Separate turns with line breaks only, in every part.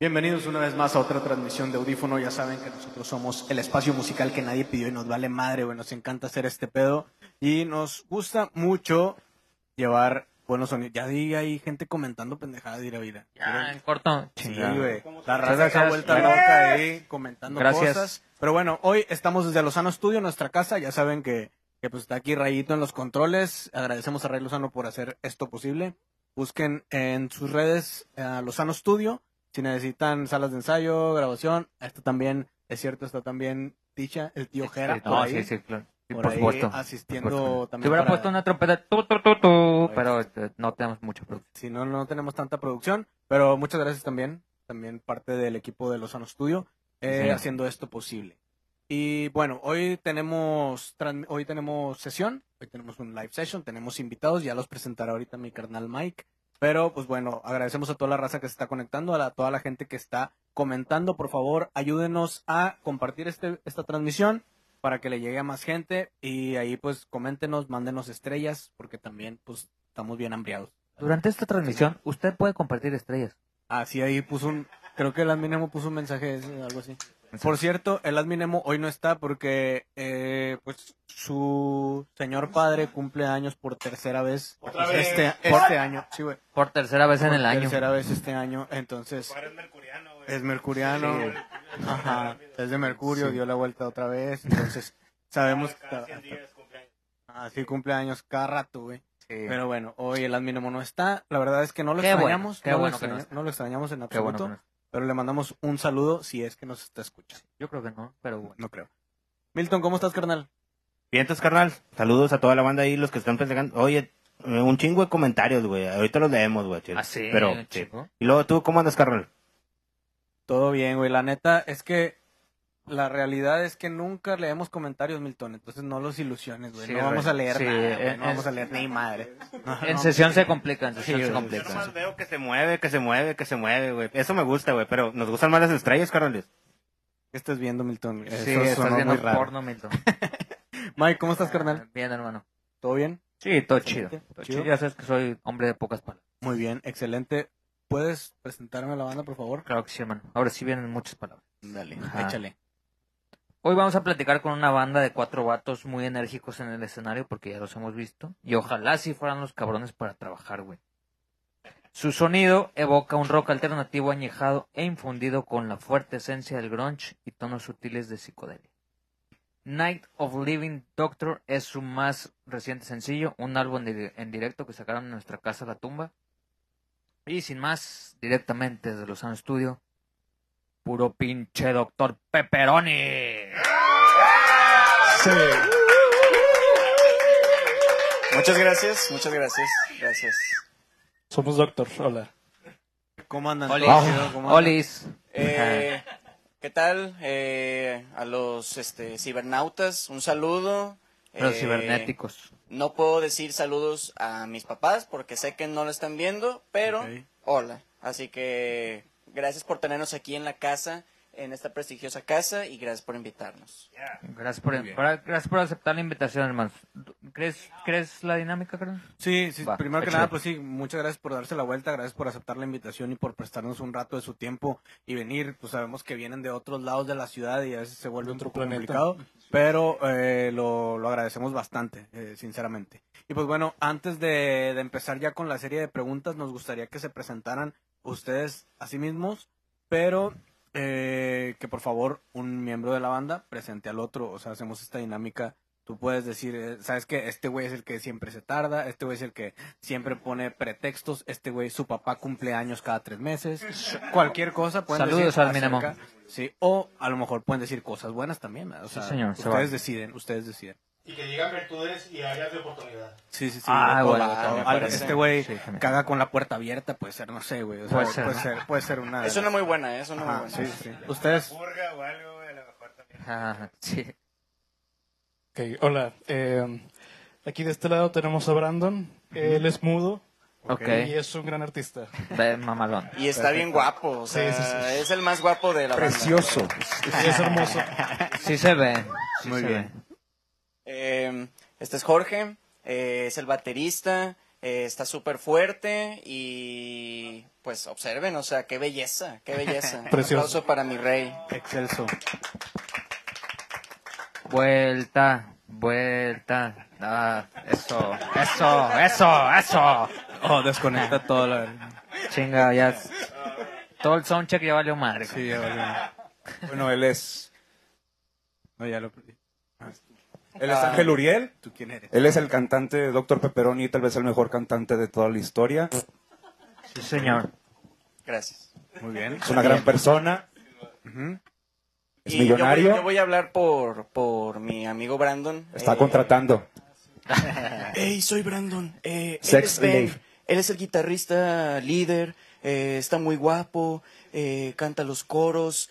Bienvenidos una vez más a otra transmisión de Audífono. Ya saben que nosotros somos el espacio musical que nadie pidió y nos vale madre, güey. Nos encanta hacer este pedo. Y nos gusta mucho llevar buenos sonidos. Ya di ahí gente comentando pendejadas, dirá, mira.
Ya, en corto.
Sí,
Ya.
güey. La raza se ha
Gracias.
vuelto loca ahí comentando
Gracias.
cosas. Pero bueno, hoy estamos desde Lozano Studio, nuestra casa. Ya saben que, que pues está aquí Rayito en los controles. Agradecemos a Ray Lozano por hacer esto posible. Busquen en sus redes a Lozano Studio. Si necesitan salas de ensayo, grabación, esto también, es cierto, está también Ticha, el tío Jera,
Sí,
por
Este, no,
ahí,
sí, sí, claro. Sí,
por
por
ahí
supuesto.
asistiendo
Por supuesto.
también
Si hubiera
para-
puesto una trompeta, tu, tu, tu, tu,
Ahí
pero eh, no tenemos mucho. pero-
si no, no tenemos tanta producción. Pero muchas gracias también, también parte del equipo de Lozano Studio, eh,
señor.
haciendo esto posible. Y bueno, hoy tenemos, tran- hoy tenemos sesión, hoy tenemos un live session, tenemos invitados, ya los presentará ahorita mi carnal Mike. Pero pues bueno, agradecemos a toda la raza que se está conectando, a la- toda la gente que está comentando. Por favor, ayúdenos a compartir este, esta transmisión para que le llegue a más gente. Y ahí pues coméntenos, mándenos estrellas, porque también pues estamos bien hambriados.
Durante esta transmisión, usted puede compartir estrellas.
Ah, sí, ahí puso un. Creo que el adminemo puso un mensaje, es
eh,
algo así. Por cierto, el adminemo hoy no está porque, eh, pues, su señor padre cumple años por tercera vez este, este año. Sí, güey.
Por tercera vez en
Por
el año.
Tercera vez este año, entonces. Es mercuriano. Ajá. Es de Mercurio, dio la vuelta otra vez, entonces sabemos que. Ah, sí, cumpleaños cada rato, güey.
Sí.
Pero bueno, hoy el adminemo no está. La verdad es que no lo
Qué bueno,
extrañamos.
qué
no, lo
bueno que no
extraña-
está.
no lo extrañamos en
Qué
absoluto.
bueno. que no.
Pero le mandamos un saludo si es que nos está escuchando.
Yo creo que no, pero bueno.
No creo. Milton, ¿cómo estás, carnal?
Vientos, carnal. Saludos a toda la banda ahí, los que están pensando. Oye, eh, un chingo de comentarios, güey. Ahorita los leemos, güey. chido.
Así,
Pero, sí. Y luego tú, ¿cómo andas, carnal?
Todo bien, güey. La neta es que la realidad es que nunca leemos comentarios, Milton. Entonces no los ilusiones, güey.
Sí,
no vamos
güey.
a leer
Sí,
nada, güey.
en-
No vamos a leer ni madre. No,
En
Ah, no.
sesión se complica, en sesión
Sí,
se
güey.
Yo
complica.
nomás veo que se mueve, que se mueve, que se mueve, güey. Eso me gusta, güey. Pero nos gustan más las estrellas, carnales.
¿Qué estás viendo, Milton? Eso
Sí,
sonó
estás
muy
viendo
raro.
porno, Milton.
Mike, ¿cómo estás, carnal?
Bien, hermano.
Ah, ¿Todo bien?
Sí, todo chido.
Excelente.
Todo
Chido.
chido. Ya sabes que soy hombre de pocas palabras.
Muy bien, excelente. ¿Puedes presentarme a la banda, por favor?
Claro que sí, hermano. Ahora sí vienen muchas palabras.
Dale,
Ajá.
échale.
Hoy vamos a platicar con una banda de cuatro vatos muy enérgicos en el escenario porque ya los hemos visto. Y ojalá si fueran los cabrones para trabajar, güey. Su sonido evoca un rock alternativo añejado e infundido con la fuerte esencia del grunge y tonos sutiles de psicodelia. Night of Living Doctor es su más reciente sencillo, un álbum de- en directo que sacaron en nuestra casa La Tumba. Y sin más, directamente desde Lozano Studio, puro pinche Doctor Pepperoni.
Muchas gracias, muchas gracias, gracias.
Somos Doctor, hola.
¿Cómo andan?
Olis.
¿Todo chido? ¿Cómo andan?
Olis.
Eh, ¿Qué tal eh, a los este, cibernautas? Un saludo.
Los
Eh,
cibernéticos.
No puedo decir saludos a mis papás porque sé que no lo están viendo, pero
Ok.
hola. Así que gracias por tenernos aquí en la casa, en esta prestigiosa casa y gracias por invitarnos.
Gracias por, para- gracias por aceptar la invitación, hermanos. ¿Crees, crees la dinámica, carnal?
Sí, sí,
Va,
primero que
échale.
nada, pues sí, muchas gracias por darse la vuelta, gracias por aceptar la invitación y por prestarnos un rato de su tiempo y venir. Pues sabemos que vienen de otros lados de la ciudad y a veces se vuelve
De
un
otro
poco
planeta.
complicado, pero eh, lo, lo agradecemos bastante, eh, sinceramente. Y pues bueno, antes de, de empezar ya con la serie de preguntas, nos gustaría que se presentaran ustedes a sí mismos, pero eh, que por favor un miembro de la banda presente al otro, o sea, hacemos esta dinámica. Tú puedes decir, eh, sabes que este güey es el que siempre se tarda, este güey es el que siempre pone pretextos, este güey su papá cumple años cada tres meses, cualquier cosa pueden
Saludos
decir
al Minemo.
acerca- Sí, o a lo mejor pueden decir cosas buenas también, ¿verdad? o sea,
Sí, señor, se
ustedes
vale.
deciden, ustedes deciden.
Y que digan virtudes y áreas de oportunidad.
Sí, sí, sí.
Ah,
de todo,
bueno,
de
me
todo.
parece.
este güey
Sí, también.
caga con la puerta abierta, puede ser, no sé, güey. o sea,
Puede
puede,
ser,
ser,
¿no?
puede ser, una.
Es una muy buena, ¿eh? es una muy
Ah, Ajá,
buena.
sí, sí. Ustedes,
Purga o algo, güey, a lo mejor también.
Ajá, sí.
Ok, hola. eh, aquí de este lado tenemos a Brandon. Él es mudo
Ok.
y es un gran artista.
Ve, mamalón.
Y está bien guapo, o sea,
Sí, sí,
es el más guapo de la banda.
Y es hermoso.
Sí se ve. sí
Muy
se
bien.
ve.
Em, Eh, este es Jorge, eh, es el baterista, Eh, está súper fuerte y pues observen, o sea, qué belleza, qué belleza. Un
Precioso.
aplauso para mi rey.
Excelso.
Vuelta, vuelta. Ah, eso, eso, eso, eso.
Oh, desconecta
Ah.
todo la...
Chinga, ya. s- Todo el soundcheck ya valió madre. güey.
Sí, ya valió. Bueno, él es... No, ya lo perdí.
Ah,
Ah.
Él es Ángel Uriel.
¿Tú quién eres?
Él es el cantante de Doctor Pepperoni, tal vez el mejor cantante de toda la historia.
Sí, señor.
Gracias.
Muy bien.
Es una gran persona.
Ujú.
Es
Y yo voy- Yo
millonario.
voy, a hablar por, por mi amigo Brandon.
Está
Eh,
contratando.
Hey, soy Brandon. Eh, él,
Sex
es Ben.
slave.
Él es el guitarrista líder. eh, está muy guapo. eh, canta los coros.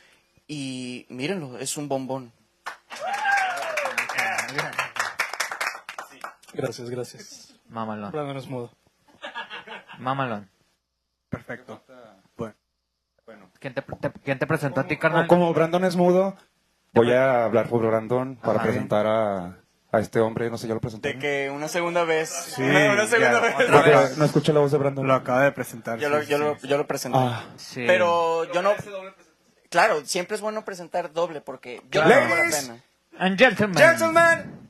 Y mírenlo, es un bombón.
Gracias, gracias.
Mamalón,
Brandon es mudo.
mamalón.
Perfecto. Bueno.
¿Quién te, te- quién te presentó a ti, carnal?
O Ah, Como Brandon es mudo, voy a hablar por Brandon para
Ajá.
presentar a, a este hombre. No sé, yo lo presenté.
De que una segunda vez.
Sí,
una, una
ya,
segunda vez.
otra
Porque
vez.
Ah, no escuché la voz de Brandon.
Lo acaba de presentar.
Yo lo,
sí,
yo
sí,
lo,
sí.
yo lo presenté.
Ah.
Sí.
Pero yo no. Claro, siempre es bueno presentar doble porque yo
Claro.
no la
Ladies.
pena.
And gentlemen.
Gentlemen.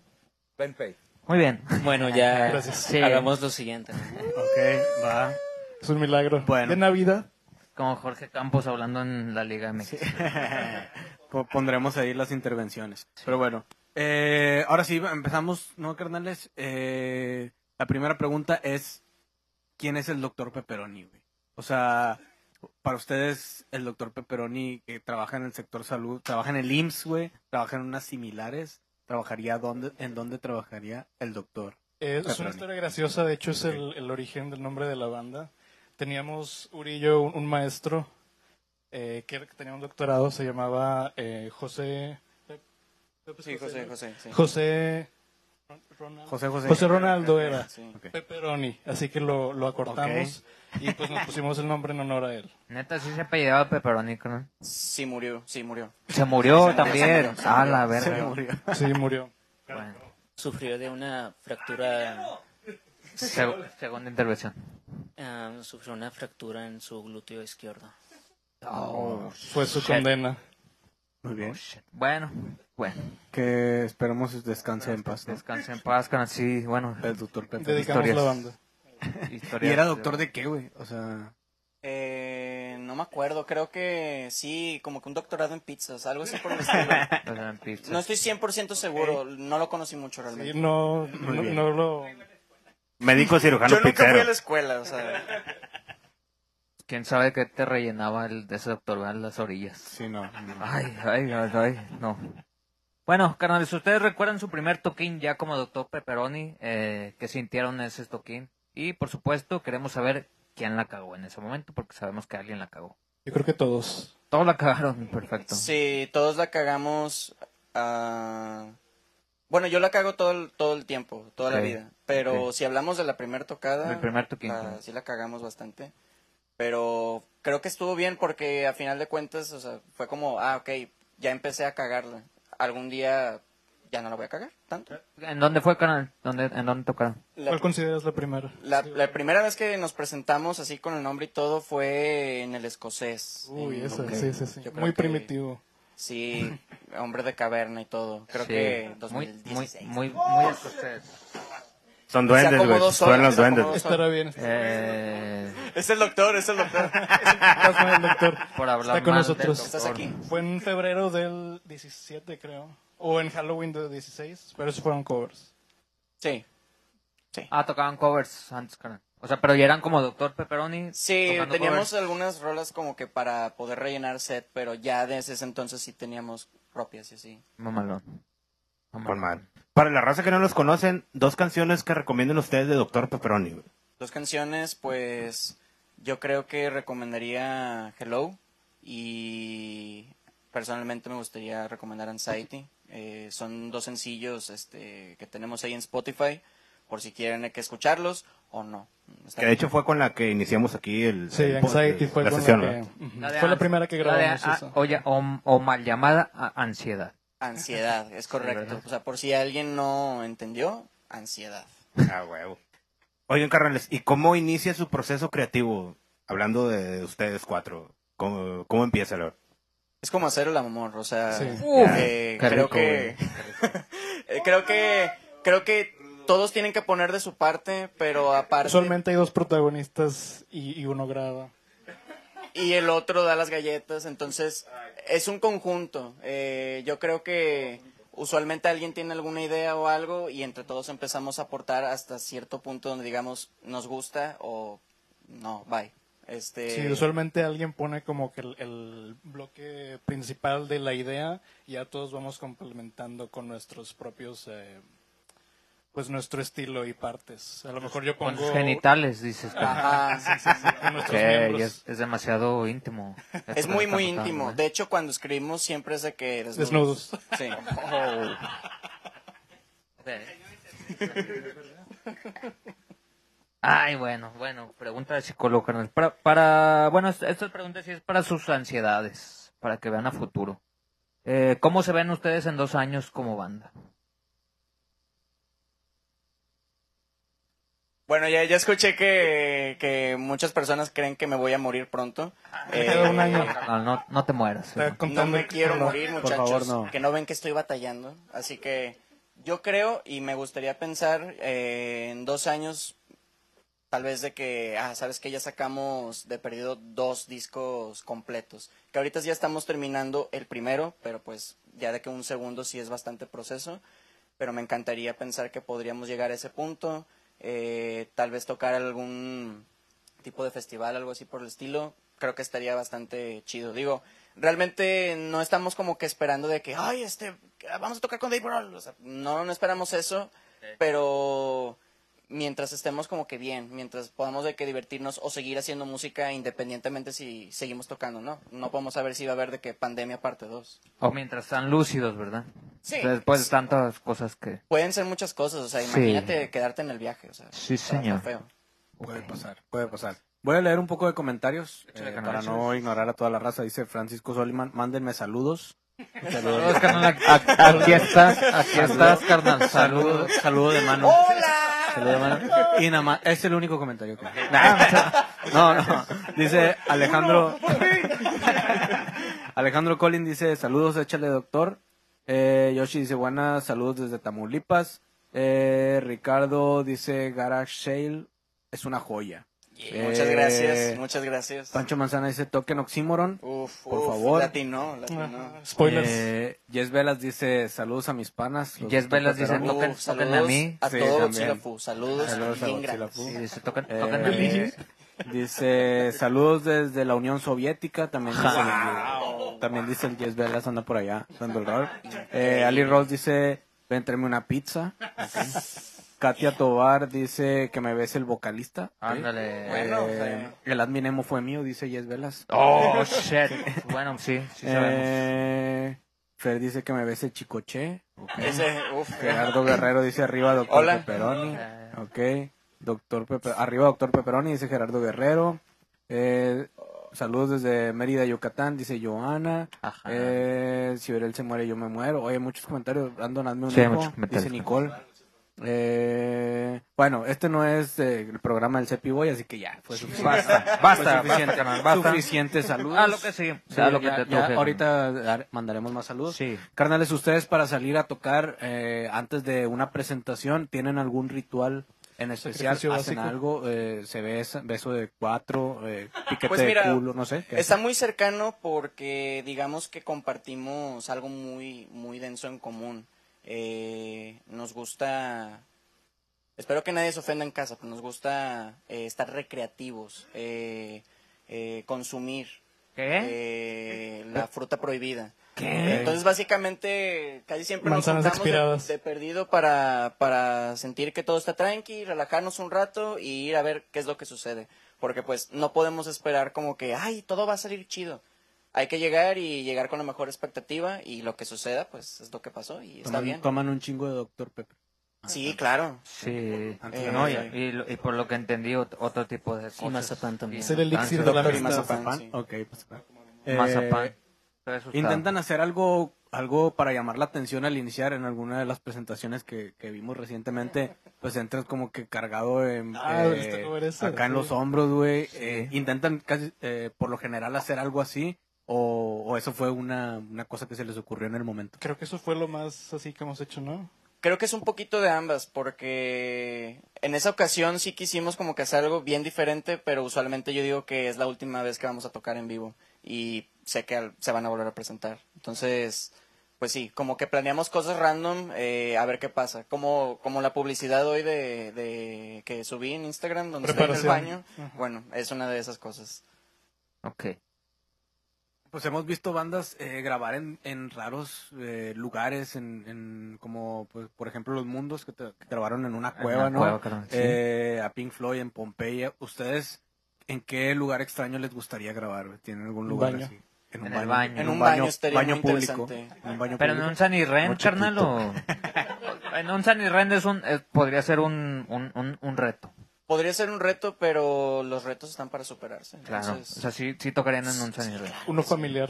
Ben Pay.
Muy bien.
Bueno, ya
Gracias.
Sí.
hagamos lo siguiente.
Ok, va.
Es un milagro.
Bueno.
De Navidad.
Como Jorge Campos hablando en la Liga MX.
Po- Pondremos ahí las intervenciones. Pero bueno, eh, ahora sí, empezamos, ¿no, carnales? Eh, la primera pregunta es, ¿quién es el doctor Pepperoni, güey? O sea, para ustedes, el doctor Pepperoni que trabaja en el sector salud, trabaja en el IMSS, güey, trabaja en unas similares, ¿trabajaría dónde, en dónde trabajaría el doctor?
Eh, es una
Pepperoni.
historia graciosa, de hecho es el, el origen del nombre de la banda. Teníamos Urillo, un, un maestro eh, que era- que tenía un doctorado, se llamaba eh, José...
Sí, José, José. sí.
José... Ronaldo.
José José.
José Ronaldo era.
Sí.
Pepperoni, así que lo, lo acortamos y pues nos pusimos el nombre en honor a él.
Neta, sí se apellidaba Pepperoni, carnal.
Sí, murió, sí, murió.
Se murió
murió, se
también.
murió, se
Ah,
murió,
la
Se
verga.
murió.
Sí, murió.
Bueno,
Sufrió de una fractura.
seg- segunda intervención.
ah, sufrió una fractura en su glúteo izquierdo.
Fue su condena.
Muy
oh,
bien.
Bueno, bueno.
Que esperemos descanse en paz, ¿no?
Descansen en paz, carnal. Sí, bueno.
El doctor Pepperoni.
Dedicamos
Historias.
la banda.
¿Y era doctor de qué, güey? O sea...
Eh, no me acuerdo, creo que sí, como que un doctorado en pizzas, algo así por el estilo. No estoy 100% seguro, no lo conocí mucho
Sí,
realmente.
no, no,
bien.
no lo...
Médico cirujano
Yo nunca fui a
pizzero.
la escuela, o sea,
¿Quién sabe qué te rellenaba el, de ese doctor? ¿verdad? Las orillas.
Sí, no. no.
Ay, ay, ay, ay, no. Bueno, carnales, ¿ustedes recuerdan su primer toquín ya como doctor Pepperoni? Eh, ¿Qué sintieron en ese toquín? Y, por supuesto, queremos saber quién la cagó en ese momento, porque sabemos que alguien la cagó.
Yo creo que todos.
Todos la cagaron, perfecto.
sí, todos la cagamos. ah, Bueno, yo la cago todo el, todo el tiempo, toda
Ok,
la vida. Pero
ok.
si hablamos de la primera tocada,
El primer toquín.
la-
carnal.
sí la cagamos bastante. Pero creo que estuvo bien porque a final de cuentas, o sea, fue como, ah, ok, ya empecé a cagarla. Algún día ya no la voy a cagar tanto.
¿En dónde fue, carnal? ¿Dónde, ¿En dónde tocaron?
La-
¿Cuál consideras la primera?
La, la primera vez que nos presentamos así con el nombre y todo fue en el escocés.
Uy,
En-
esa,
ok.
sí, sí, sí.
Yo creo
Muy
que-
primitivo.
Sí, hombre de caverna y todo. Creo
Sí.
que
Muy,
2016.
muy, muy, muy escocés.
Son duendes,
acomodó
güey.
solo,
Son los
se acomodó
duendes.
Estará bien. Está
Eh,
Es el doctor, es el doctor.
con el doctor.
por hablar
Está con
mal
nosotros.
del
Estás
doctor.
aquí.
Fue en febrero del 17, creo. O en Halloween del 16, pero esos fueron covers.
Sí.
Ah, tocaban covers antes, carnal. O sea, pero ya eran como Doctor Pepperoni.
Sí,
tocando
teníamos
covers.
algunas rolas como que para poder rellenar set, pero ya desde ese entonces sí teníamos propias y así.
Mamalón.
Con madre. Para la raza que no los conocen, dos canciones que recomienden ustedes de Doctor Pepperoni. güey.
Dos canciones, pues yo creo que recomendaría Hello y personalmente me gustaría recomendar Anxiety. Eh, son dos sencillos este, que tenemos ahí en Spotify, por si quieren hay que escucharlos o no. Está
Que de
bien.
hecho fue con la que iniciamos aquí el.
Sí,
el-
Anxiety fue
la
con
sesión,
la que-
¿verdad?
Ujú.
La de
Fue la
ans-
primera que
la de
grabamos
a-
esa.
oye, o, o mal llamada a- ansiedad.
Ansiedad, es correcto.
¿verdad?
o sea, por si alguien no entendió, ansiedad.
Ah, huevo. Oigan, carnales, ¿y cómo inicia su proceso creativo? Hablando de ustedes cuatro, ¿cómo, cómo empieza, Lord?
Es como hacer el amor, o sea,
Sí.
Uf,
eh,
qué
creo
rico,
que eh, creo que creo que todos tienen que poner de su parte, pero aparte
Usualmente hay dos protagonistas y, y uno graba.
y el otro da las galletas, entonces es un conjunto. Eh, yo creo que usualmente alguien tiene alguna idea o algo y entre todos empezamos a aportar hasta cierto punto donde digamos nos gusta o no, bye. Este
Sí, usualmente alguien pone como que el, el bloque principal de la idea y ya todos vamos complementando con nuestros propios, eh, pues nuestro estilo y partes. A lo mejor yo
Con sus
pongo
genitales, dices. tú.
Ajá, sí, sí, sí.
con nuestros
Que
miembros.
ya es, es demasiado íntimo.
Es
Esto
muy,
que
muy
están tocando,
íntimo.
¿eh?
De hecho, cuando escribimos siempre es de que
Desnudos.
desnudos. Sí.
Ay, bueno, bueno, pregunta de psicólogo, carnal. Para, para- bueno, est- esta pregunta sí es para sus ansiedades, para que vean a futuro. Eh, ¿Cómo se ven ustedes en dos años como banda?
Bueno, ya, ya escuché que, que muchas personas creen que me voy a morir pronto. Eh,
queda un año.
No, no, no te mueras. eh.
Está
No
contando-
me quiero morir,
por favor,
muchachos.
no.
Que no ven que estoy batallando. Así que yo creo y me gustaría pensar eh, en dos años, tal vez de que, ah, sabes que ya sacamos de perdido dos discos completos. Que ahorita ya estamos terminando el primero, pero pues ya de que un segundo sí es bastante proceso. Pero me encantaría pensar que podríamos llegar a ese punto. eh, tal vez tocar algún tipo de festival, algo así por el estilo, creo que estaría bastante chido. Digo, realmente no estamos como que esperando de que, ay, este, vamos a tocar con Dave Grohl. O sea, no, no esperamos eso, pero mientras estemos como que bien, mientras podamos de que divertirnos o seguir haciendo música independientemente si seguimos tocando, ¿no? No podemos saber si va a haber de que pandemia parte 2.
O mientras están lúcidos, ¿verdad?
Sí.
Después de tantas cosas que...
Pueden ser muchas cosas, o sea,
Sí.
imagínate quedarte en el viaje, o sea,
Sí,
está- está
señor.
feo.
Puede pasar, puede pasar. Voy a leer un poco de comentarios
Échale,
eh,
carnal.
para no ignorar a toda la raza. Dice Francisco Soliman, mándenme saludos.
Saludos, carnal. A- Aquí estás, aquí estás, carnal.
Saludo,
Saludos.
saludo de mano.
¡Hola!
Saludo de mano. Y nada más, es el único comentario que. Nah, Ah, no, no. Dice Alejandro. Alejandro Colin dice: Saludos, échale, doctor. Eh, Yoshi dice: Buenas, saludos desde Tamaulipas. Eh, Ricardo dice: Garage Shale es una joya.
Muchas
Eh,
gracias, muchas gracias.
Pancho Manzana dice: Toquen Oxímoron.
Uf,
Por
uf,
favor.
Latino, latino.
Spoilers.
Eh, Jess Velas dice: Saludos a mis panas. los
Jess Velas dice,
Peperoni".
Toquen-
Uf,
toquen a
saludos
mí.
A
Sí,
todo
también.
Godzilla Fu. Saludos,
Saludos a
bien
Godzilla
grandes.
Fu.
Sí, se tocan,
Eh,
tocan a mí.
Dice saludos desde la Unión Soviética, también dice, también dice el Jess Velas, anda por allá, dando el rol. Eh, Ali Ross dice, ven, tráeme una pizza. Katia Tobar dice que me ves el vocalista.
Ándale.
Bueno,
Eh,
o sea.
el admin emo fue mío, dice Jess Velas.
Oh, shit. Bueno, sí, sí sabemos.
Eh, Fer dice que me ves el chicoche.
Ese, uf,
Gerardo Guerrero dice arriba doctor
Hola.
Pepperoni.
Eh.
Ok. Doctor Pepe- arriba doctor Pepperoni dice Gerardo Guerrero. Eh, saludos desde Mérida, Yucatán, dice Joana.
Ajá.
Eh, si Verel se muere, yo me muero. Oye, muchos comentarios. Brandon, hazme un
Sí, hay
hijo,
muchos comentarios.
dice Nicole. Eh, bueno, este no es eh, el programa del Cepi Boy, así que ya, fue suficiente.
Basta,
Fue
basta,
suficiente.
basta, carnal, basta.
Suficiente saludos.
Ah, lo que sí.
Sí,
Ah, lo que
ya-
te
ya
toque.
ahorita ah, mandaremos más saludos.
Sí.
Carnales, ustedes para salir a tocar eh, antes de una presentación, ¿tienen algún ritual en especial?
Sacrificio
¿Hacen
básico.
algo? Eh, ¿Se besa, beso de cuatro? Eh, ¿Piquete
Pues mira,
de culo? No sé. ¿qué?
Está muy cercano porque digamos que compartimos algo muy, muy denso en común. Eh, nos gusta, espero que nadie se ofenda en casa, pero nos gusta eh, estar recreativos, eh, eh, consumir
¿Qué?
eh, la fruta prohibida.
¿Qué?
Entonces, básicamente, casi siempre
Manzanas
nos juntamos
expiradas.
de- de, perdido para, para sentir que todo está tranqui, relajarnos un rato y ir a ver qué es lo que sucede. Porque, pues, no podemos esperar como que, ay, todo va a salir chido. Hay que llegar y llegar con la mejor expectativa y lo que suceda, pues, es lo que pasó y está
toman,
bien.
toman un chingo de Doctor Pepe.
Sí, claro.
Ah, Sí.
Antes
Eh,
de
No, y,
nada.
y lo- y por lo que entendí, ot- otro tipo de cosas.
mazapán también.
Es el elixir de la
Doctor y
amistad.
mazapán,
¿Mazapán?
sí.
Ok, mazapán. Eh,
Mazapán. Estoy asustado.
¿Intentan hacer algo algo para llamar la atención al iniciar en alguna de las presentaciones que, que vimos recientemente, pues entras como que cargado en,
Ah,
eh,
me gusta cómo eres,
acá en
sí.
los hombros, güey. Eh, intentan casi, eh, por lo general hacer algo así o, o eso fue una, una cosa que se les ocurrió en el momento.
Creo que eso fue lo más así que hemos hecho, ¿no?
Creo que es un poquito de ambas, porque en esa ocasión sí quisimos como que hacer algo bien diferente, pero usualmente yo digo que es la última vez que vamos a tocar en vivo y sé que al- se van a volver a presentar. Entonces, pues sí, como que planeamos cosas random, eh, a ver qué pasa. Como, como la publicidad hoy de, de que subí en Instagram, donde estoy en el
Preparación.
baño. Bueno, es una de esas cosas.
Ok.
Pues hemos visto bandas eh, grabar en, en raros eh, lugares, en, en como pues, por ejemplo Los Mundos que, te- que grabaron en una cueva,
Una
¿no?
cueva, carnal, sí.
Eh, a Pink Floyd en Pompeya. ¿Ustedes en qué lugar extraño les gustaría grabar? güey? ¿Tienen algún
Un
lugar
baño.
así?
En el baño. En
En un baño, estaría
baño
muy
público.
interesante.
En un baño
Pero en
público.
un San Irren,
Muy
carnal, o... En un San Irren es un, eh, podría ser un, un, un, un reto,
Podría ser un reto, pero los retos están para superarse.
claro.
Entonces,
O sea, sí, sí tocarían en un San Irren.
Uno familiar.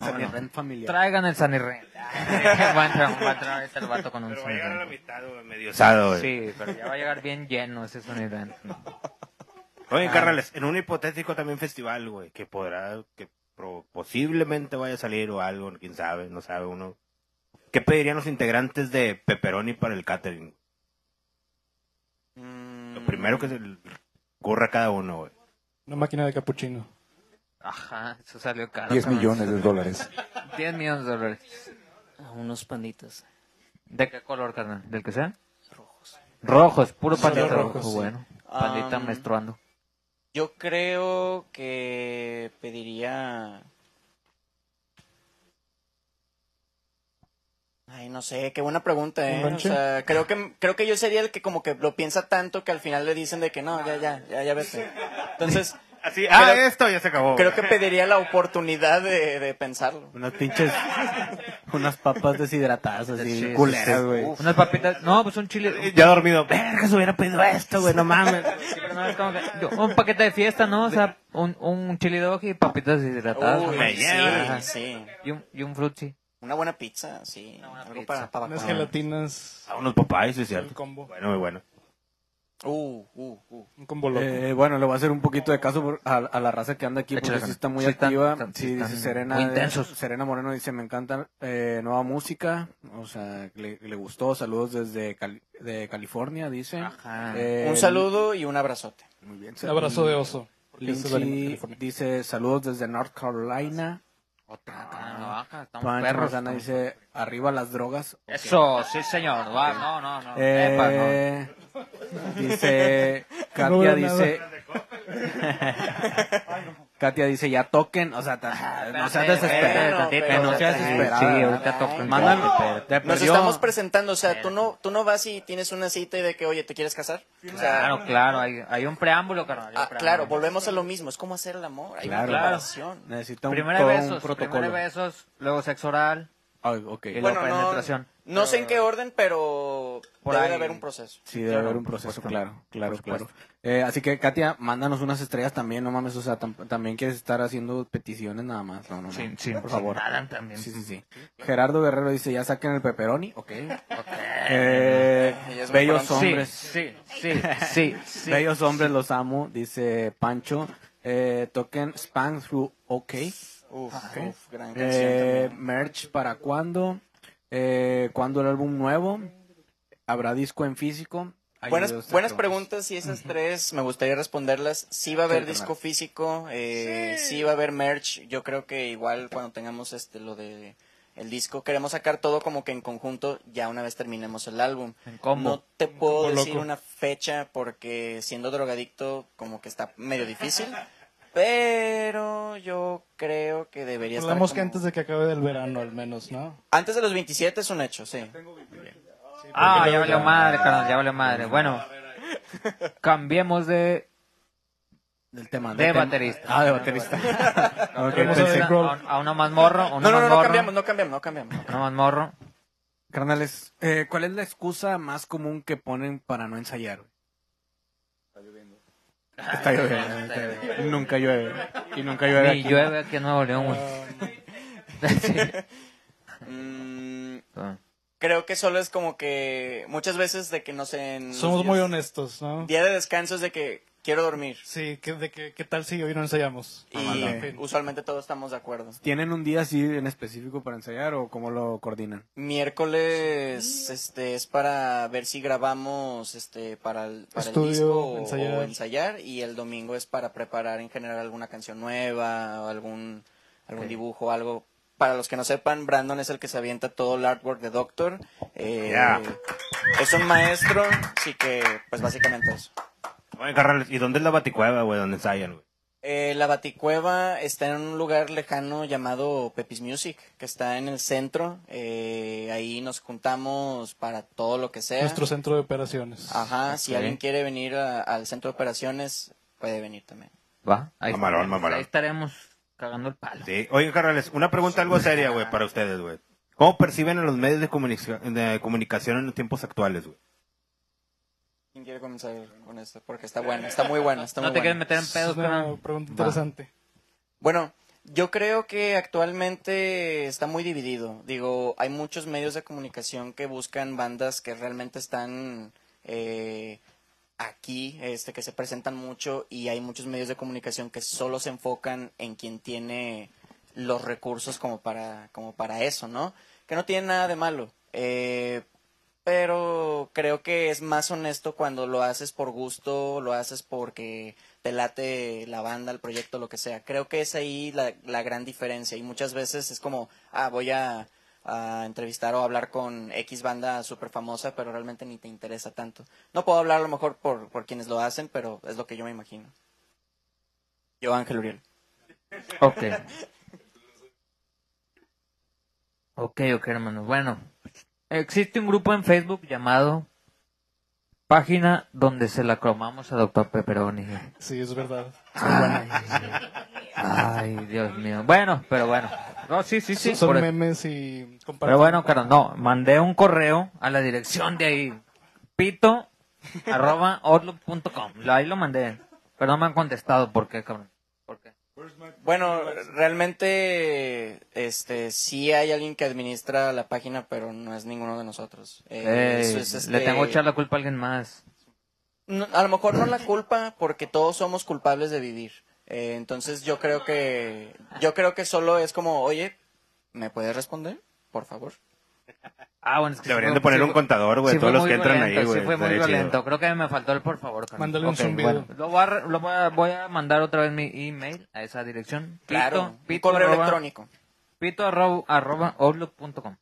San Irren familiar.
Traigan el San Irren. Va a entrar, va a entrar ahorita el vato con un
Pero va
San
a llegar a la
Irren.
mitad, güey, medio.
Usado, güey.
Sí, pero ya va a llegar bien lleno ese San Irren.
Oye, carnales, en un hipotético también festival, güey, que podrá, que pro- posiblemente vaya a salir o algo, quién sabe, no sabe uno. ¿Qué pedirían los integrantes de Pepperoni para el catering?
mm,
Lo primero que se le ocurra a cada uno, güey.
Una máquina de capuchino.
Ajá, eso salió caro.
10
cabrón.
millones de dólares.
10 millones de dólares.
A unos panditas.
¿De qué color, carnal? ¿Del que sea? Rojos. Rojos, puro
Solo
pandita rojo,
rojos, sí.
bueno.
Ah,
Pandita
Am,
mm.
menstruando.
Yo creo que pediría. Ay, no sé, qué buena pregunta,
¿Un
¿eh? O
lonche?
sea, creo que, creo que yo sería el que como que lo piensa tanto que al final le dicen de que no, ya, ya, ya, ya vete. Entonces,
Así,
ah,
esto ya se acabó.
creo que pediría la oportunidad de, de pensarlo.
Unas pinches, unas papas deshidratadas así,
Sí, sí,
culeras,
sí.
güey.
Unas papitas. No, pues un
Eh,
chile.
Ya dormido, verga, se hubiera pedido esto, güey, no mames.
Pero no, es como que- yo- un paquete de fiesta, ¿no? O sea, un, un chili dog y papitas deshidratadas.
Uy,
me
sí,
lleva.
sí.
Y un, y un frutzi.
Una buena pizza, sí. Algo
pizza.
para, para
Unas
comer.
gelatinas.
A unos papás, sí, es
El
Ah, cierto.
combo.
Bueno, muy bueno.
Uh, uh, uh.
Un combo loco.
Eh, bueno, le voy a hacer un poquito de caso por- a, a la raza que anda aquí, porque
Échale,
sí
carnal.
está muy
Sí están-
activa.
están-
sí,
sí
dice
están
Serena.
muy
de-
intensos.
Serena Moreno dice, me encanta eh, nueva música, o sea, que le, le gustó, saludos desde Cali- de California, dice.
Ajá.
Eh,
Un saludo y un abrazote.
Muy bien,
Un abrazo de oso. porque es de
Lindsay
California.
dice, saludos desde North Carolina.
Otra cara navaja. Estamos
Pancho
perros.
Manzana
estamos-
dice, arriba las drogas.
Eso, sí, señor. Va, no, no, no. Epa, Ah, no.
Eh, Dice
No
Katia
veo
dice Katia dice ya toquen, o sea, ta- no seas desesperada,
espérate,
que no
espérate,
seas
espérate.
desesperada.
Sí,
¿verdad?
ahorita tocan.
Mándale, te
Nos
perdió.
estamos presentando, o sea, tú no, tú no vas y tienes una cita y de que, oye, ¿te quieres casar? O sea,
Claro, claro. Hay, hay un preámbulo, carnal. hay un
ah,
preámbulo.
claro, volvemos a lo mismo, es como hacer el amor, hay
Claro.
una preparación.
Necesita un,
Primero
todo un
besos,
protocolo.
primero besos, luego sexo oral.
Ay, ok.
Y
Bueno,
la penetración.
no, no sé en qué orden, pero
Por
debe
ahí.
de haber un proceso.
Sí, debe
Claro,
haber un
por
proceso,
supuesto.
claro, claro,
Por
claro.
supuesto.
Eh, así que, Katia, mándanos unas estrellas también, no mames, o sea, tam- también quieres estar haciendo peticiones nada más, no, no, no,
Sin, sin,
por favor.
Nadan también.
Sí, sí, sí. Gerardo Guerrero dice, ya saquen el pepperoni, ok. Eh,
Y es
bellos
muy
Sí,
hombres,
sí, sí, sí, sí.
bellos hombres los amo, dice Pancho. Eh, toquen Span Through OK.
Uf, uf, gran canción
Eh,
también.
merch para cuándo. Eh, ¿Cuándo el álbum nuevo? ¿Habrá disco en físico? Ay,
Buenas,
Dios,
buenas
te-
preguntas y esas tres me gustaría responderlas. Sí va a haber
Sí,
disco físico, eh, sí. va a haber merch. Yo creo que igual cuando tengamos este lo de el disco queremos sacar todo como que en conjunto ya una vez terminemos el álbum.
En combo.
No te puedo
combo
decir
loco.
una fecha porque siendo drogadicto como que está medio difícil. Pero yo creo que debería estar
Hablamos que
como-
antes de que acabe el verano, al menos, ¿no?
Antes de los 27 es un hecho, sí.
Ah, ya valió madre, carnal, ya valió madre. Bueno, cambiemos de...
Del tema,
De
del tema.
baterista.
Ah, de baterista. Ok,
Vamos a
pensé-
ver.
a, una, a uno más morro, a uno
No, no,
más
no, no
morro,
cambiamos, no cambiamos, no cambiamos.
uno más morro.
Carnales, eh, ¿cuál es la excusa más común que ponen para no ensayar? Está lloviendo. Está lloviendo. Nunca llueve. Y nunca llueve
Ah, Ni
aquí.
Um,
llueve aquí en Nuevo León, güey.
Mm,
Ah.
creo que solo es como que muchas veces de que no sé. en los
Somos
días-
muy honestos, ¿no?
Día de descanso es de que quiero dormir.
Sí, ¿qué, de qué, qué tal si hoy no ensayamos?
Y
Ándale.
eh, usualmente todos estamos de acuerdo.
¿Tienen un día así en específico para ensayar o cómo lo coordinan?
Miércoles este es para ver si grabamos este para el, para el
Estudio,
disco o o ensayar.
ensayar.
y el domingo es para preparar en general alguna canción nueva o algún algún
Ok.
dibujo algo. Para los que no sepan, Brandon es el que se avienta todo el artwork de Doctor. Eh,
Yeah.
Es un maestro, así que pues básicamente eso.
Oye, Carrales, ¿y dónde es la baticueva, güey, donde ensayan, güey?
Eh, la Baticueva está en un lugar lejano llamado Pepis Music, que está en el centro. Eh, ahí nos juntamos para todo lo que sea.
Nuestro centro de operaciones.
Ajá, si
Ok.
alguien quiere venir a- al centro de operaciones, puede venir también.
Va, ahí,
Mamalón,
estaremos,
mamalón.
ahí estaremos cagando el palo.
Sí. Oye, Carrales, una pregunta algo seria, güey, para ustedes, güey. ¿Cómo perciben a los medios de, comunica- de comunicación en los tiempos actuales, güey?
¿Quién quiere comenzar con esto? Porque está bueno, está muy bueno, está
no
muy
te quieres
bueno.
meter en
Es
pedos,
una
carnal.
pregunta
Va.
interesante.
Bueno, yo creo que actualmente está muy dividido. Digo, hay muchos medios de comunicación que buscan bandas que realmente están eh, aquí, este, que se presentan mucho, y hay muchos medios de comunicación que solo se enfocan en quien tiene los recursos como para, como para eso, ¿no? Que no tiene nada de malo. eh, pero creo que es más honesto cuando lo haces por gusto, lo haces porque te late la banda, el proyecto, lo que sea. Creo que es ahí la, la gran diferencia. Y muchas veces es como, ah, voy a, a entrevistar o hablar con X banda súper famosa, pero realmente ni te interesa tanto. No puedo hablar a lo mejor por, por quienes lo hacen, pero es lo que yo me imagino. Yo, Ángel Uriel.
Ok. Ok, ok, hermano. Bueno, existe un grupo en Facebook llamado Página donde se la cromamos a Doctor Pepperoni.
Sí, es verdad.
Ay, ay, Dios mío. Bueno, pero bueno. No, sí, sí, sí.
Son
por-
memes y
Pero
comparten-
bueno, claro, no, mandé un correo a la dirección de ahí, pito arroba outlook.com. Lo- Ahí lo mandé, pero no me han contestado. ¿Por qué, cabrón? ¿Por qué?
Bueno, realmente este sí hay alguien que administra la página, pero no es ninguno de nosotros. Eh, eso
Ey,
es,
Le
este,
tengo que echar la culpa a alguien más.
no- a lo mejor no la culpa porque todos somos culpables de vivir. Eh, entonces yo creo que yo creo que solo es como, "Oye, ¿me puedes responder, por favor?"
Ah, bueno, es que sí
Deberían
fue-
de poner
sí
un
fue-
contador, güey,
sí fue
todos los
muy
que entran
violento,
ahí, güey.
Sí, fue muy
estaría chido.
violento. Creo que me faltó el por favor. carnal.
Mándale un
Ok,
zumbido.
bueno, lo voy a, re- lo voy a- voy a mandar otra vez mi email a esa dirección.
Claro,
Pito,
un
pito
correo
arroba-
electrónico.
Pito arroba, arroba outlook.com.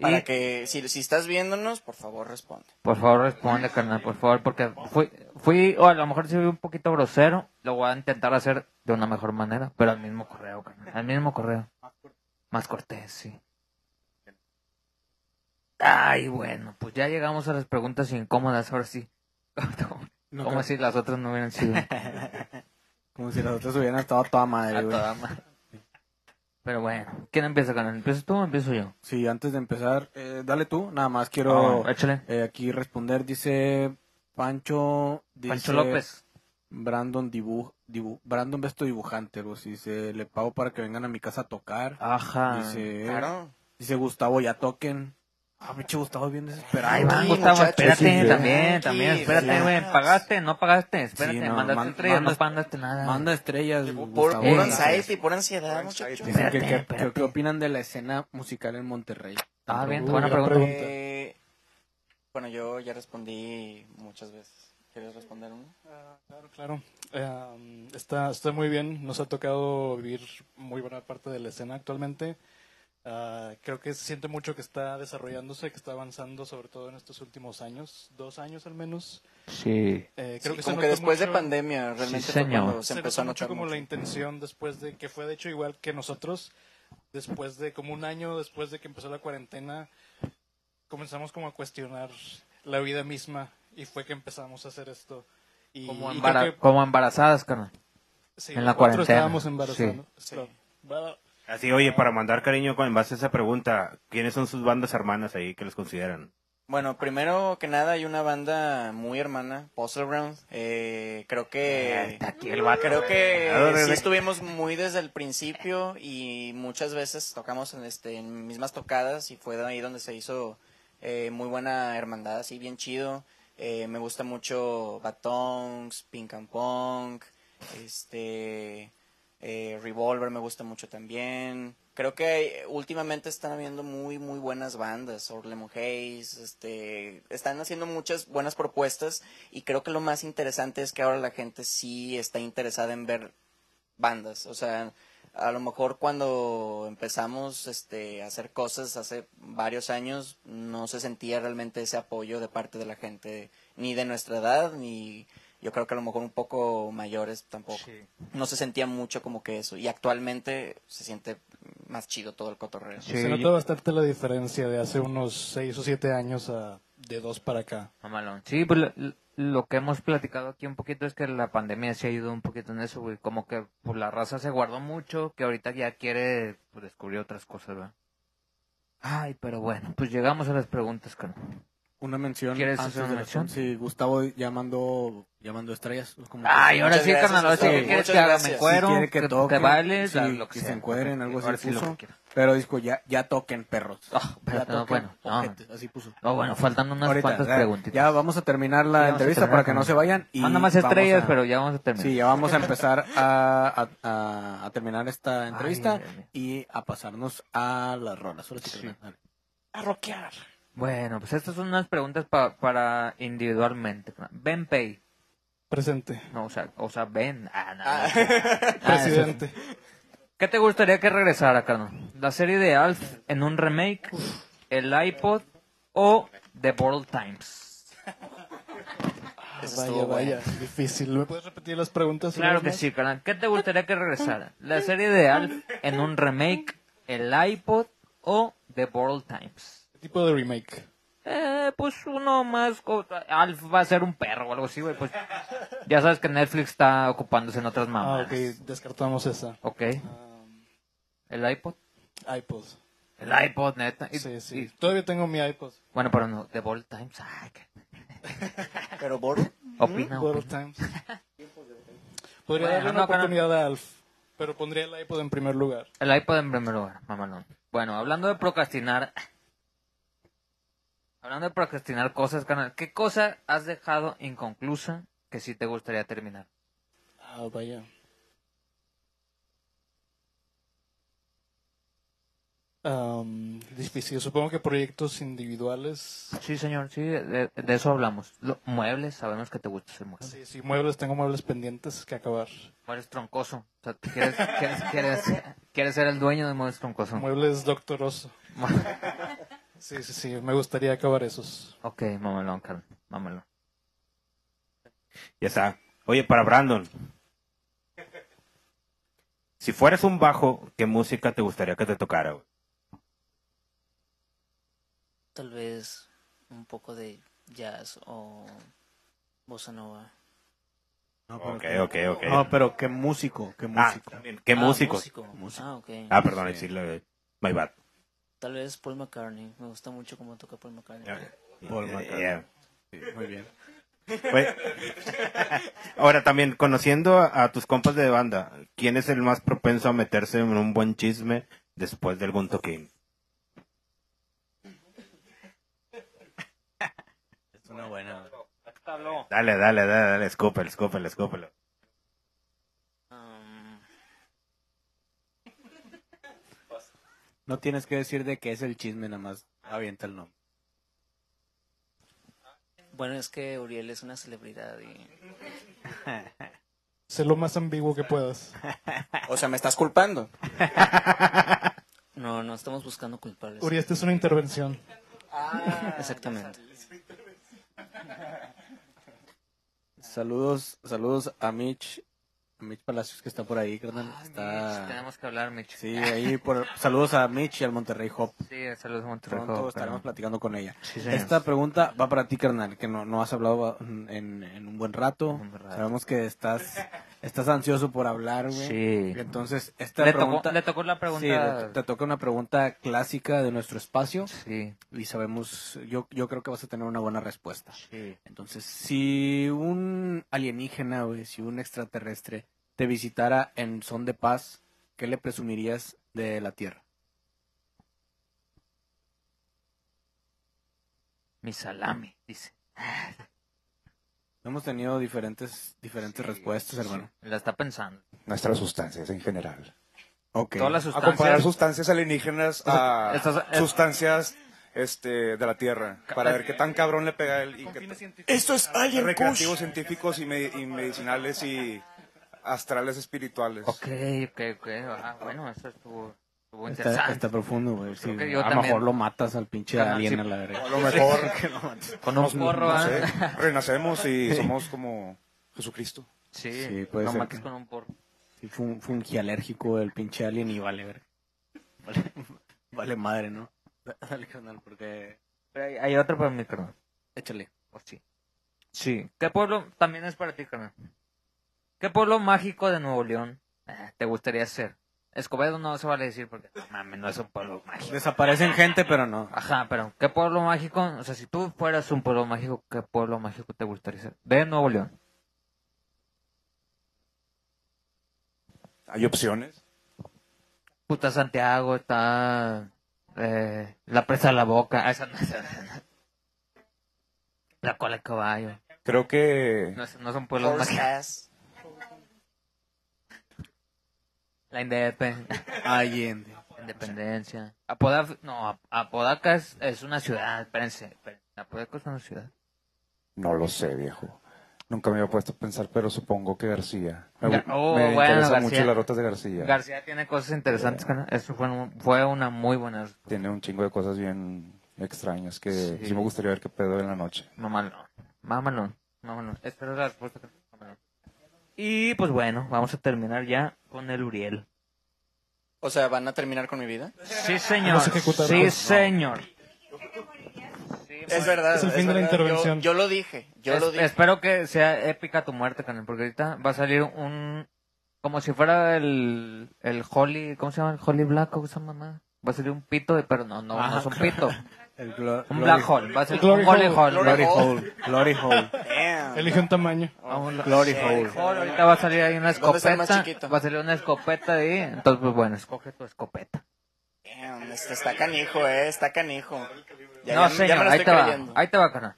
Para
Y-
que si, si estás viéndonos, por favor, responde.
Por favor, responde, carnal, por favor, porque fui, fui o a lo mejor sí fui un poquito grosero, lo voy a intentar hacer de una mejor manera, pero al mismo correo, carnal, al mismo correo. Más cortés, sí. Ay, bueno, pues ya llegamos a las preguntas incómodas, ahora sí.
No
Como
creo-
si las otras no hubieran sido a
Como si las otras hubieran estado a toda madre, güey.
toda madre. Pero bueno, ¿quién empieza, carnal? ¿Empiezas tú o empiezo yo?
Sí, antes de empezar, eh, dale tú, nada más
Ah,
quiero
bueno, échale.
eh, aquí responder, dice Pancho, dice
Pancho López.
Brandon dibu, dibu- Brandon Besto dibujante, algo así, dice, le pago para que vengan a mi casa a tocar,
Ajá.
dice,
ah,
Claro.
dice Gustavo, ya toquen, ah, pinche Gustavo es bien desesperado,
Ahí va,
Sí,
Ah, Gustavo,
muchachos,
espérate,
sí, sí.
también, también,
Tranqui,
espérate, güey.
relax.
¿Pagaste? ¿No pagaste? Espérate,
Sí, no,
mandaste
man-
estrellas, no
mandas-
mandaste nada.
manda estrellas,
Por,
Gustavo.
por
Eh.
anxiety, por ansiedad, muchachos.
Dicen que- que-
Espérate,
que-
espérate.
¿Qué opinan de la escena musical en Monterrey?
Ah, bien,
Uy,
buena
gran
pregunta.
pregunta.
Eh, bueno, yo ya respondí muchas veces. ¿Quieres responder uno?
Ah, Claro, claro. Eh, está, está muy bien. Nos ha tocado vivir muy buena parte de la escena actualmente. Ah, creo que se siente mucho que está desarrollándose, que está avanzando, sobre todo en estos últimos años, dos años al menos.
Sí.
Eh, creo
Sí,
que se
como que
notó
después de
mucho-
pandemia realmente fue
señor.
cuando se
se
empezó a
notó
notar
mucho como
mucho.
la intención después de que fue de hecho igual que nosotros después de como un año después de que empezó la cuarentena comenzamos como a cuestionar la vida misma y fue que empezamos a hacer esto y,
Como,
y
embara-
creo que-
como embarazadas, carnal.
sí,
en la
nosotros
cuarentena.
estábamos embarazados
Sí.
Así, oye, para mandar cariño con- en base a esa pregunta, ¿quiénes son sus bandas hermanas ahí que les consideran?
Bueno, primero que nada hay una banda muy hermana, Puzzle Ground. Eh, creo que...
Está aquí el vato.
Creo que
Ah,
sí
dale.
estuvimos muy desde el principio y muchas veces tocamos en, este, en mismas tocadas y fue de ahí donde se hizo eh, muy buena hermandad, así bien chido. Eh, me gusta mucho Batongs, Pink and Punk, este, eh, Revolver me gusta mucho también. Creo que eh, últimamente están habiendo muy, muy buenas bandas, Or Lemon Haze, este, están haciendo muchas buenas propuestas y creo que lo más interesante es que ahora la gente sí está interesada en ver bandas. O sea, a lo mejor cuando empezamos este, a hacer cosas hace varios años, no se sentía realmente ese apoyo de parte de la gente, ni de nuestra edad, ni yo creo que a lo mejor un poco mayores tampoco. No se sentía mucho como que eso. Y actualmente se siente más chido todo el cotorreo.
Sí,
Se nota
yo-
bastante la diferencia de hace unos 6 o 7 años a de dos para acá.
Mamalón. Sí, pues lo, lo que hemos platicado aquí un poquito es que la pandemia se ayudó un poquito en eso, güey. Como que pues, la raza se guardó mucho, que ahorita ya quiere pues, descubrir otras cosas, ¿verdad? Ay, pero bueno, pues llegamos a las preguntas, carnal.
Una mención.
¿Quieres
antes
hacer una
de la-
mención?
Sí, Gustavo llamando, llamando estrellas. como que-
Ay, ahora
Muchas
sí,
gracias,
carnal, ahora sí
Gustavo.
que quieres
Muchas
que haga,
gracias.
me
Si
cuero,
quiere que
que, que
toquen,
bailes,
sí,
haz lo que,
que se
sea.
encuadren, algo así
Ahora sí, lo
puso.
que quieras.
Pero dijo, ya, ya toquen, perros.
Ah, pero
ya
no, bueno, no.
ojetes, así puso.
No, bueno, faltan unas
Ahorita,
cuantas
ya,
preguntitas.
Ya vamos a terminar la
Sí, vamos a
entrevista
terminar
para que
con-
no se vayan. Y
Ah, nada más
vamos
estrellas,
a-
pero ya vamos a terminar.
Sí, ya vamos a empezar a, a- a- a terminar esta
Ay,
entrevista
Dios mío.
y a pasarnos a las rolas. Ahora sí, carnal.
A rockear.
Bueno, pues estas son unas preguntas pa- para individualmente. Ben Pay.
Presente.
No, o sea, o sea Ben. Ah, no,
Ah.
no.
Presidente.
¿Qué te gustaría que regresara, carnal? ¿La serie de Alf en un remake? ¿El iPod? ¿O The Bottle Times?
Eso
Vaya,
estuvo bueno.
vaya. Difícil. ¿Me puedes repetir las preguntas? una
Claro
vez
que
más?
sí, carnal. ¿Qué te gustaría que regresara? ¿La serie de Alf en un remake? ¿El iPod? ¿O The Bottle Times?
¿Qué tipo de remake?
Eh, pues uno más. co- Alf va a ser un perro o algo así, güey. Pues ya sabes que Netflix está ocupándose en otras
Ah,
mamadas.
ok. Descartamos esa.
ok. ¿El iPod?
iPod.
El iPod, neta. Y-
Sí, sí.
y-
Todavía tengo mi iPod.
bueno, pero no. The Ball Times. Ay, qué- pues,
Pero Boru,
Opina,
Good
opina.
old times.
Bueno,
Podría darle
no,
una
pero-
oportunidad a Alf, pero pondría el iPod en primer lugar.
El iPod en primer lugar, mamalón. Bueno, hablando de procrastinar. Hablando de procrastinar cosas, canal. ¿Qué cosa has dejado inconclusa que sí te gustaría terminar?
Ah, vaya. Am, difícil. Supongo que proyectos individuales.
Sí, señor, sí, de, de eso hablamos. Lo- muebles, sabemos que te gusta hacer muebles.
Sí, sí, muebles. Tengo muebles pendientes que acabar.
Muebles troncoso. O sea, ¿tú ¿quieres, quieres, quieres, quieres ser el dueño de muebles troncoso.
Muebles doctoroso. Sí, sí, sí. Me gustaría acabar esos.
ok, mamalón, Carl. Mamalón.
Ya está. Oye, para Brandon. Si fueras un bajo, ¿qué música te gustaría que te tocara, güey?
Tal vez un poco de jazz o bossa nova.
No, pero
Ok,
que-
ok, ok.
No, pero qué músico, qué
ah,
músico.
también. ¿Qué
Ah,
músico?
Músico.
Ah, ok.
Ah, perdón, decirlo. güey. My bad.
Tal vez Paul McCartney. Me gusta mucho cómo toca Paul McCartney.
Paul
Yeah,
McCartney.
yeah.
Muy bien.
Oye, Ahora también, conociendo a, a tus compas de banda, ¿quién es el más propenso a meterse en un buen chisme después de algún toquín?
Es una buena.
Dale, dale, dale, dale, escúpelo, escúpelo, escúpelo.
Um,
No tienes que decir de qué es el chisme, nada más avienta el nombre.
bueno, es que Uriel es una celebridad y...
Sé lo más ambiguo que puedas.
O sea, me estás culpando.
No, no estamos buscando culpables. Ah,
Uri, esta es una intervención.
Exactamente.
Saludos, saludos a Mitch, a Mitch Palacios que está por ahí, carnal.
Ay,
Está...
Mitch, tenemos que hablar, Mitch.
Sí, ahí por... saludos a Mitch y al Monterrey Hop.
Sí, saludos a Monterrey.
Pronto
Joven,
estaremos
pero-
platicando con ella.
Sí, señor.
Esta pregunta va para ti, carnal, que no, no has hablado en, en un buen rato.
Un buen rato.
Sabemos que estás estás ansioso por hablar, güey.
Sí.
Entonces, esta
Le tocó,
pregunta...
le tocó la
Sí,
pregunta.
te, te toca una pregunta clásica de nuestro espacio
Sí,
y sabemos, yo, yo creo que vas a tener una buena respuesta.
sí.
Entonces, si un alienígena, güey, si un extraterrestre te visitara en son de paz, ¿qué le presumirías de la Tierra?
Mi salami, dice.
Hemos tenido diferentes, diferentes respuestas, hermano.
La está pensando.
Nuestras sustancias en general.
Ok. Ah,
Todas las
A
sustancias.
comparar sustancias alienígenas a
Estás- eh,
sustancias este, de la Tierra. Para ver qué tan cabrón le pega el... y qué tan-
Esto es alguien
recreativos científicos y, me- y medicinales y astrales espirituales.
Ok, ok, ok. Ah, bueno, eso estuvo, estuvo
Está,
interesante.
está profundo, güey. sí,
Pues Creo que
güey.
yo
a lo
también.
mejor lo matas al pinche
Carnal,
alien
sí.
a la verga.
A lo mejor,
Con un porro,
no
¿ah?
sé, renacemos y somos como Jesucristo.
Sí,
Sí, puede
no
ser
mates
que-
con un porro.
Sí, fue un fungialérgico el pinche alien y vale, verga. Vale, vale madre, ¿no? Dale, carnal, porque...
Hay, hay otro para mí, carnal.
Échale.
¿O sí? Sí. ¿Qué pueblo también es para ti, carnal? ¿Qué pueblo mágico de Nuevo León eh, te gustaría ser? Escobedo no se vale decir porque no mames, no es un pueblo mágico.
Desaparecen gente, pero no.
Ajá, pero ¿qué pueblo mágico? O sea, si tú fueras un pueblo mágico, ¿qué pueblo mágico te gustaría ser? De Nuevo León.
Hay opciones.
Puta Santiago, está eh, la presa de la boca. Ah, esa no, esa no. La cola de caballo.
Creo que
No, es- no son pueblos mágicos.
Ass.
La Indepen-
Allende.
Independencia. Apodaca, no, Ap- Apodaca es, es una ciudad, espérense, espérense. Apodaca es una ciudad.
no lo sé, viejo. Nunca me había puesto a pensar, pero supongo que García. Me,
Ga- oh,
me
bueno,
interesan
García.
mucho las rutas de García.
García tiene cosas interesantes, carnal. Eso fue, un- fue una muy buena respuesta.
Tiene un chingo de cosas bien extrañas que
Sí.
sí, me gustaría ver qué pedo en la noche.
Mamalón. Mamalón. Mamalón. Espero la respuesta. que- mamalón. Y pues bueno, vamos a terminar ya con el Uriel.
O sea, ¿van a terminar con mi vida?
Sí, señor.
ejecutaron.
Sí,
No.
señor.
Es verdad.
Es el fin de la
verdad. Yo-
intervención.
Yo, lo dije, yo
Es-
lo dije.
Espero que sea épica tu muerte, carnal, porque ahorita va a salir un... Como si fuera el, el Holly... ¿Cómo se llama? El Holly Black o esa mamá. Va a salir un pito, de, pero no, no, no es un pito.
El glo-
Un
glory-
Black Hole. Va a ser
Glory
un Holly
hole.
Hole.
Glory
Glory
Hole. Glory Hole.
Damn.
Elige un tamaño.
Oh,
Vamos,
Glory
sí,
hole.
hole, Ahorita va a salir ahí una
¿Dónde
escopeta.
está el más chiquito?
Va a salir una escopeta ahí. Entonces, pues bueno, escoge tu escopeta.
Damn, este está canijo, eh, está canijo. Ya,
no,
ya- ya
señor,
me lo
ahí
estoy
te
creyendo.
va. Ahí te va, carnal.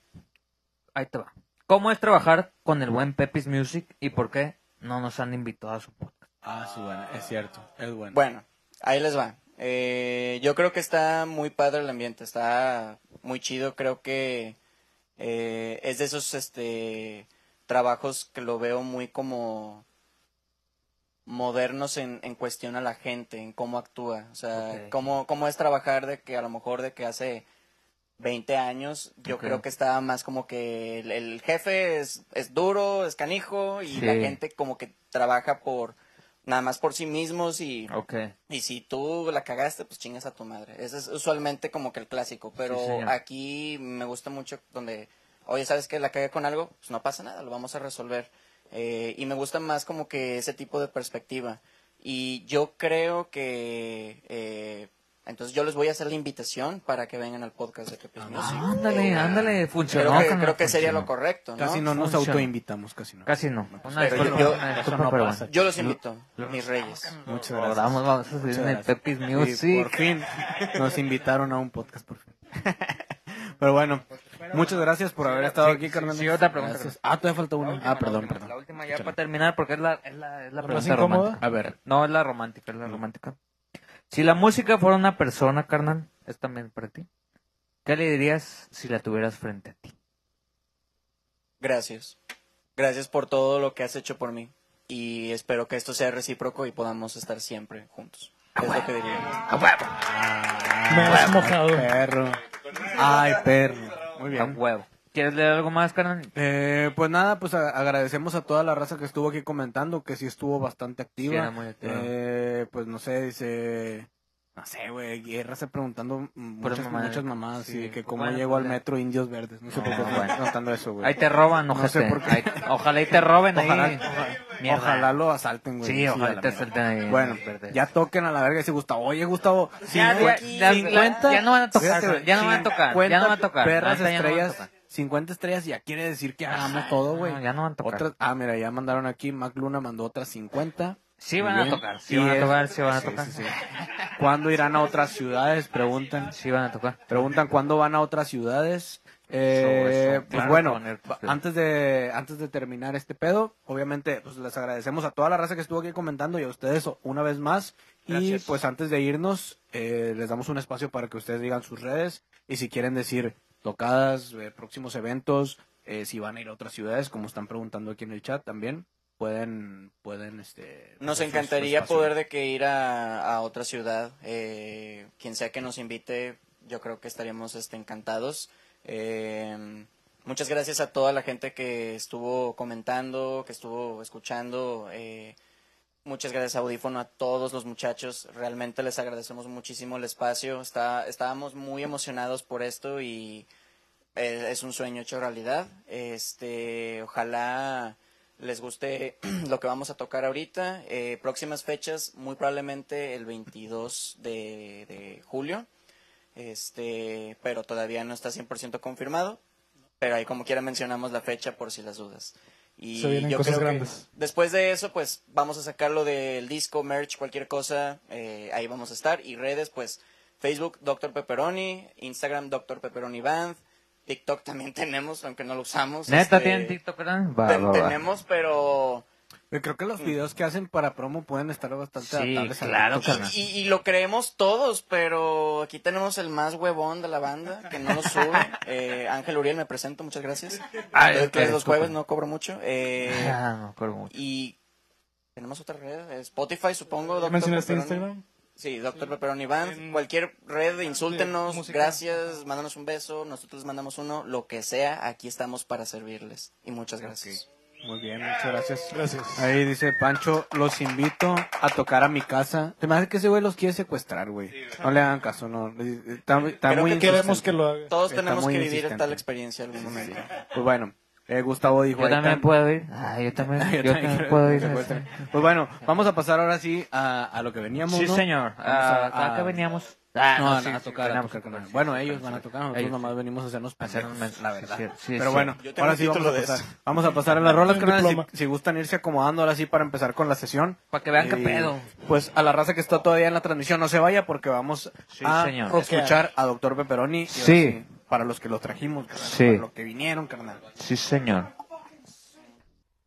Ahí te va. ¿Cómo es trabajar con el buen Pepis Music y por qué no nos han invitado a su podcast?
Ah, sí, bueno, es cierto. Es bueno.
Bueno, ahí les va. Eh, yo creo que está muy padre el ambiente, está muy chido. Creo que eh, es de esos este, trabajos que lo veo muy como modernos en, en cuestión a la gente, en cómo actúa. O sea,
Ok.
cómo, cómo es trabajar de que a lo mejor de que hace 20 años, yo
Ok.
creo que estaba más como que el, el jefe es, es duro, es canijo, y la
Sí.
gente como que trabaja por nada más por sí mismos y
Ok.
y si tú la cagaste, pues chingas a tu madre. Ese es usualmente como que el clásico, pero
Sí, señor.
aquí me gusta mucho donde, oye, ¿sabes que La cagué con algo, pues no pasa nada, lo vamos a resolver. Eh, y me gusta más como que ese tipo de perspectiva. Y yo creo que... eh, entonces yo les voy a hacer la invitación para que vengan al podcast de Que Pues Music.
Ah, Ándale, ándale, funcionó.
Creo que,
carnal,
creo que sería
funcionó.
lo correcto, ¿no?
Casi no nos
Funciona.
autoinvitamos, casi no.
Casi no. Una
Pero
disculpa,
yo-
una
eso
disculpa,
no
pero
pasa.
bueno.
Yo los invito, mis reyes.
Muchas
Lo
gracias.
damos, vamos a subir
Muchas
en el
gracias.
Pepis
Sí, por
Music.
fin nos invitaron a un podcast, por fin. Pero bueno, muchas gracias por haber estado
sí,
aquí,
sí,
carnal.
sí, otra pregunta,
Gracias. Ah, todavía falta
La
una.
última,
Ah, perdón,
la última,
perdón.
La última ya
Échale.
para terminar porque es la, es la, es la
¿La más
pregunta
incómoda?
romántica.
A ver,
No, es la romántica, es la romántica. Si la música fuera una persona, carnal, es también para ti. ¿Qué le dirías si la tuvieras frente a ti?
Gracias. Gracias por todo lo que has hecho por mí. Y espero que esto sea recíproco y podamos estar siempre juntos. Es lo que diría.
Me has mojado.
perro. Ay, perro. Muy
A
bien.
huevo. ¿Quieres leer algo más, carnal?
Eh, pues nada, pues a- agradecemos a toda la raza que estuvo aquí comentando, que sí estuvo bastante activa.
Sí, era muy activa.
Eh, pues no sé, dice No sé, güey, guerra está preguntando muchas,
mamadas.
muchas mamadas, sí,
Sí,
que
pues
cómo
bueno,
llegó
pues
al
ya.
metro Indios Verdes. No sé por qué
No,
están
bueno.
preguntando eso, güey.
Ahí te roban,
No sé
ojete.
por qué.
Ahí- ojalá y te roben
Ojalá,
ahí.
ojalá-
Mierda.
ojalá lo asalten, güey.
Sí,
a
ojalá
la
te
mierda.
asalten ahí.
Bueno,
Indios Verdes.
ya toquen a la verga si Gustavo. Oye, Gustavo,
Ya,
cincu-
ya, ya,
50,
ya no van a tocar,
fíjate,
güey, ya no van a tocar, ya no van a
50
tocar.
Perras
Ahorita ya no van a
estrellas,
tocar. Ah,
50 estrellas ya quiere decir que hagamos todo, güey.
No, ya no van a tocar.
Otras- ah, mira, ya mandaron aquí, Mac Luna mandó otras 50.
Sí van a
Bien.
tocar,
Y
sí van a
es-
tocar, sí van a
sí,
tocar.
sí, sí. ¿Cuándo irán a otras ciudades? Preguntan.
Sí van a tocar.
Preguntan cuándo van a otras ciudades. Eh,
Eso, eso,
pues
claro,
bueno,
poner, pues,
va- antes de antes de terminar este pedo, obviamente pues les agradecemos a toda la raza que estuvo aquí comentando y a ustedes o- una vez más. Y pues antes de irnos, eh, les damos un espacio para que ustedes digan sus redes y si quieren decir tocadas, eh, próximos eventos, eh, si van a ir a otras ciudades, como están preguntando aquí en el chat también, pueden, pueden, este...
Nos
hacer su- su
encantaría
espacio.
poder de que ir a, a otra ciudad. eh, quien sea que nos invite, yo creo que estaríamos este, encantados. Eh, muchas gracias a toda la gente que estuvo comentando, que estuvo escuchando. eh, muchas gracias Audífono a todos los muchachos. Realmente les agradecemos muchísimo el espacio. Está, estábamos muy emocionados por esto y eh, es un sueño hecho realidad. Este, ojalá les guste lo que vamos a tocar ahorita. Eh, próximas fechas, muy probablemente el 22 de, de julio. Este, pero todavía no está 100% confirmado. Pero ahí como quiera mencionamos la fecha por si las dudas. Y
Se vienen
yo
cosas
creo que
grandes.
después de eso, pues vamos a sacarlo del disco, merch, cualquier cosa. eh, ahí vamos a estar. Y redes, pues Facebook, Dr. Pepperoni. Instagram, Dr. Pepperoni Band. TikTok también tenemos, aunque no lo usamos.
Pues
Neta
este,
tienen TikTok, ¿verdad? Va,
ten-
va, va.
tenemos, pero...
Yo Eh, creo que
Mm.
los videos que hacen para promo pueden estar bastante
Sí,
adaptables a
claro,
TikTok.
carnal.
Y, y lo creemos todos, pero aquí tenemos el más huevón de la banda, que no lo sube. Eh, Ángel Uriel, me presento, muchas gracias.
Ah,
Doy
ok,
clases los
disculpa.
jueves, no cobro mucho. Eh,
Ah, no me acuerdo mucho.
y tenemos otra red, eh, Spotify, supongo.
¿Ya
Dr.
mencionaste
Pepperoni.
Instagram?
Sí, Doctor Pepperoni Band.
En-
Cualquier red, insúltenos,
música.
gracias, mándanos un beso, nosotros les mandamos uno, lo que sea, aquí estamos para servirles. Y muchas gracias.
Muy bien, muchas gracias.
Gracias.
Ahí dice Pancho, los invito a tocar a mi casa. Te imaginas que ese güey los quiere secuestrar, güey. No le hagan caso, no. Está, está
Creo
muy
que
Queremos
insistente.
que lo haga.
Todos
Está
tenemos
muy
que vivir
insistente.
tal experiencia algún momento.
Pues bueno, eh, Gustavo dijo...
Yo
ahí
también
tam-
puedo ir. Ah, yo también,
Yo
yo
también
también
creo-
puedo
creo que
ir.
también. Pues bueno, vamos a pasar ahora sí a, a lo que veníamos,
Sí,
¿no?
señor.
Vamos a-
Ah,
a-
Acá veníamos. Ah,
no, a-
sí,
a
sí,
tocar, a
veníamos
tocar con
tocar,
él.
sí,
Bueno,
sí,
ellos
sí,
van a
sí.
tocar, nosotros
Ellos,
nomás venimos a hacernos pendejos,
hacernos mensos,
la
sí,
verdad.
sí, sí,
Pero
sí.
bueno,
Yo tengo
ahora
un
sí vamos
título
a
de
pasar.
eso.
Vamos a pasar a las rolas,
Un
carnal,
diploma.
si, si gustan irse acomodando ahora sí para empezar con la sesión.
Para que vean qué
Y,
pedo.
Pues a la raza que está todavía en la transmisión, no se vaya porque vamos
Sí,
a
señor.
escuchar a Doctor Pepperoni. y ahora
Sí.
Para los que lo trajimos, carnal,
Sí.
para los que vinieron, carnal.
Sí, señor.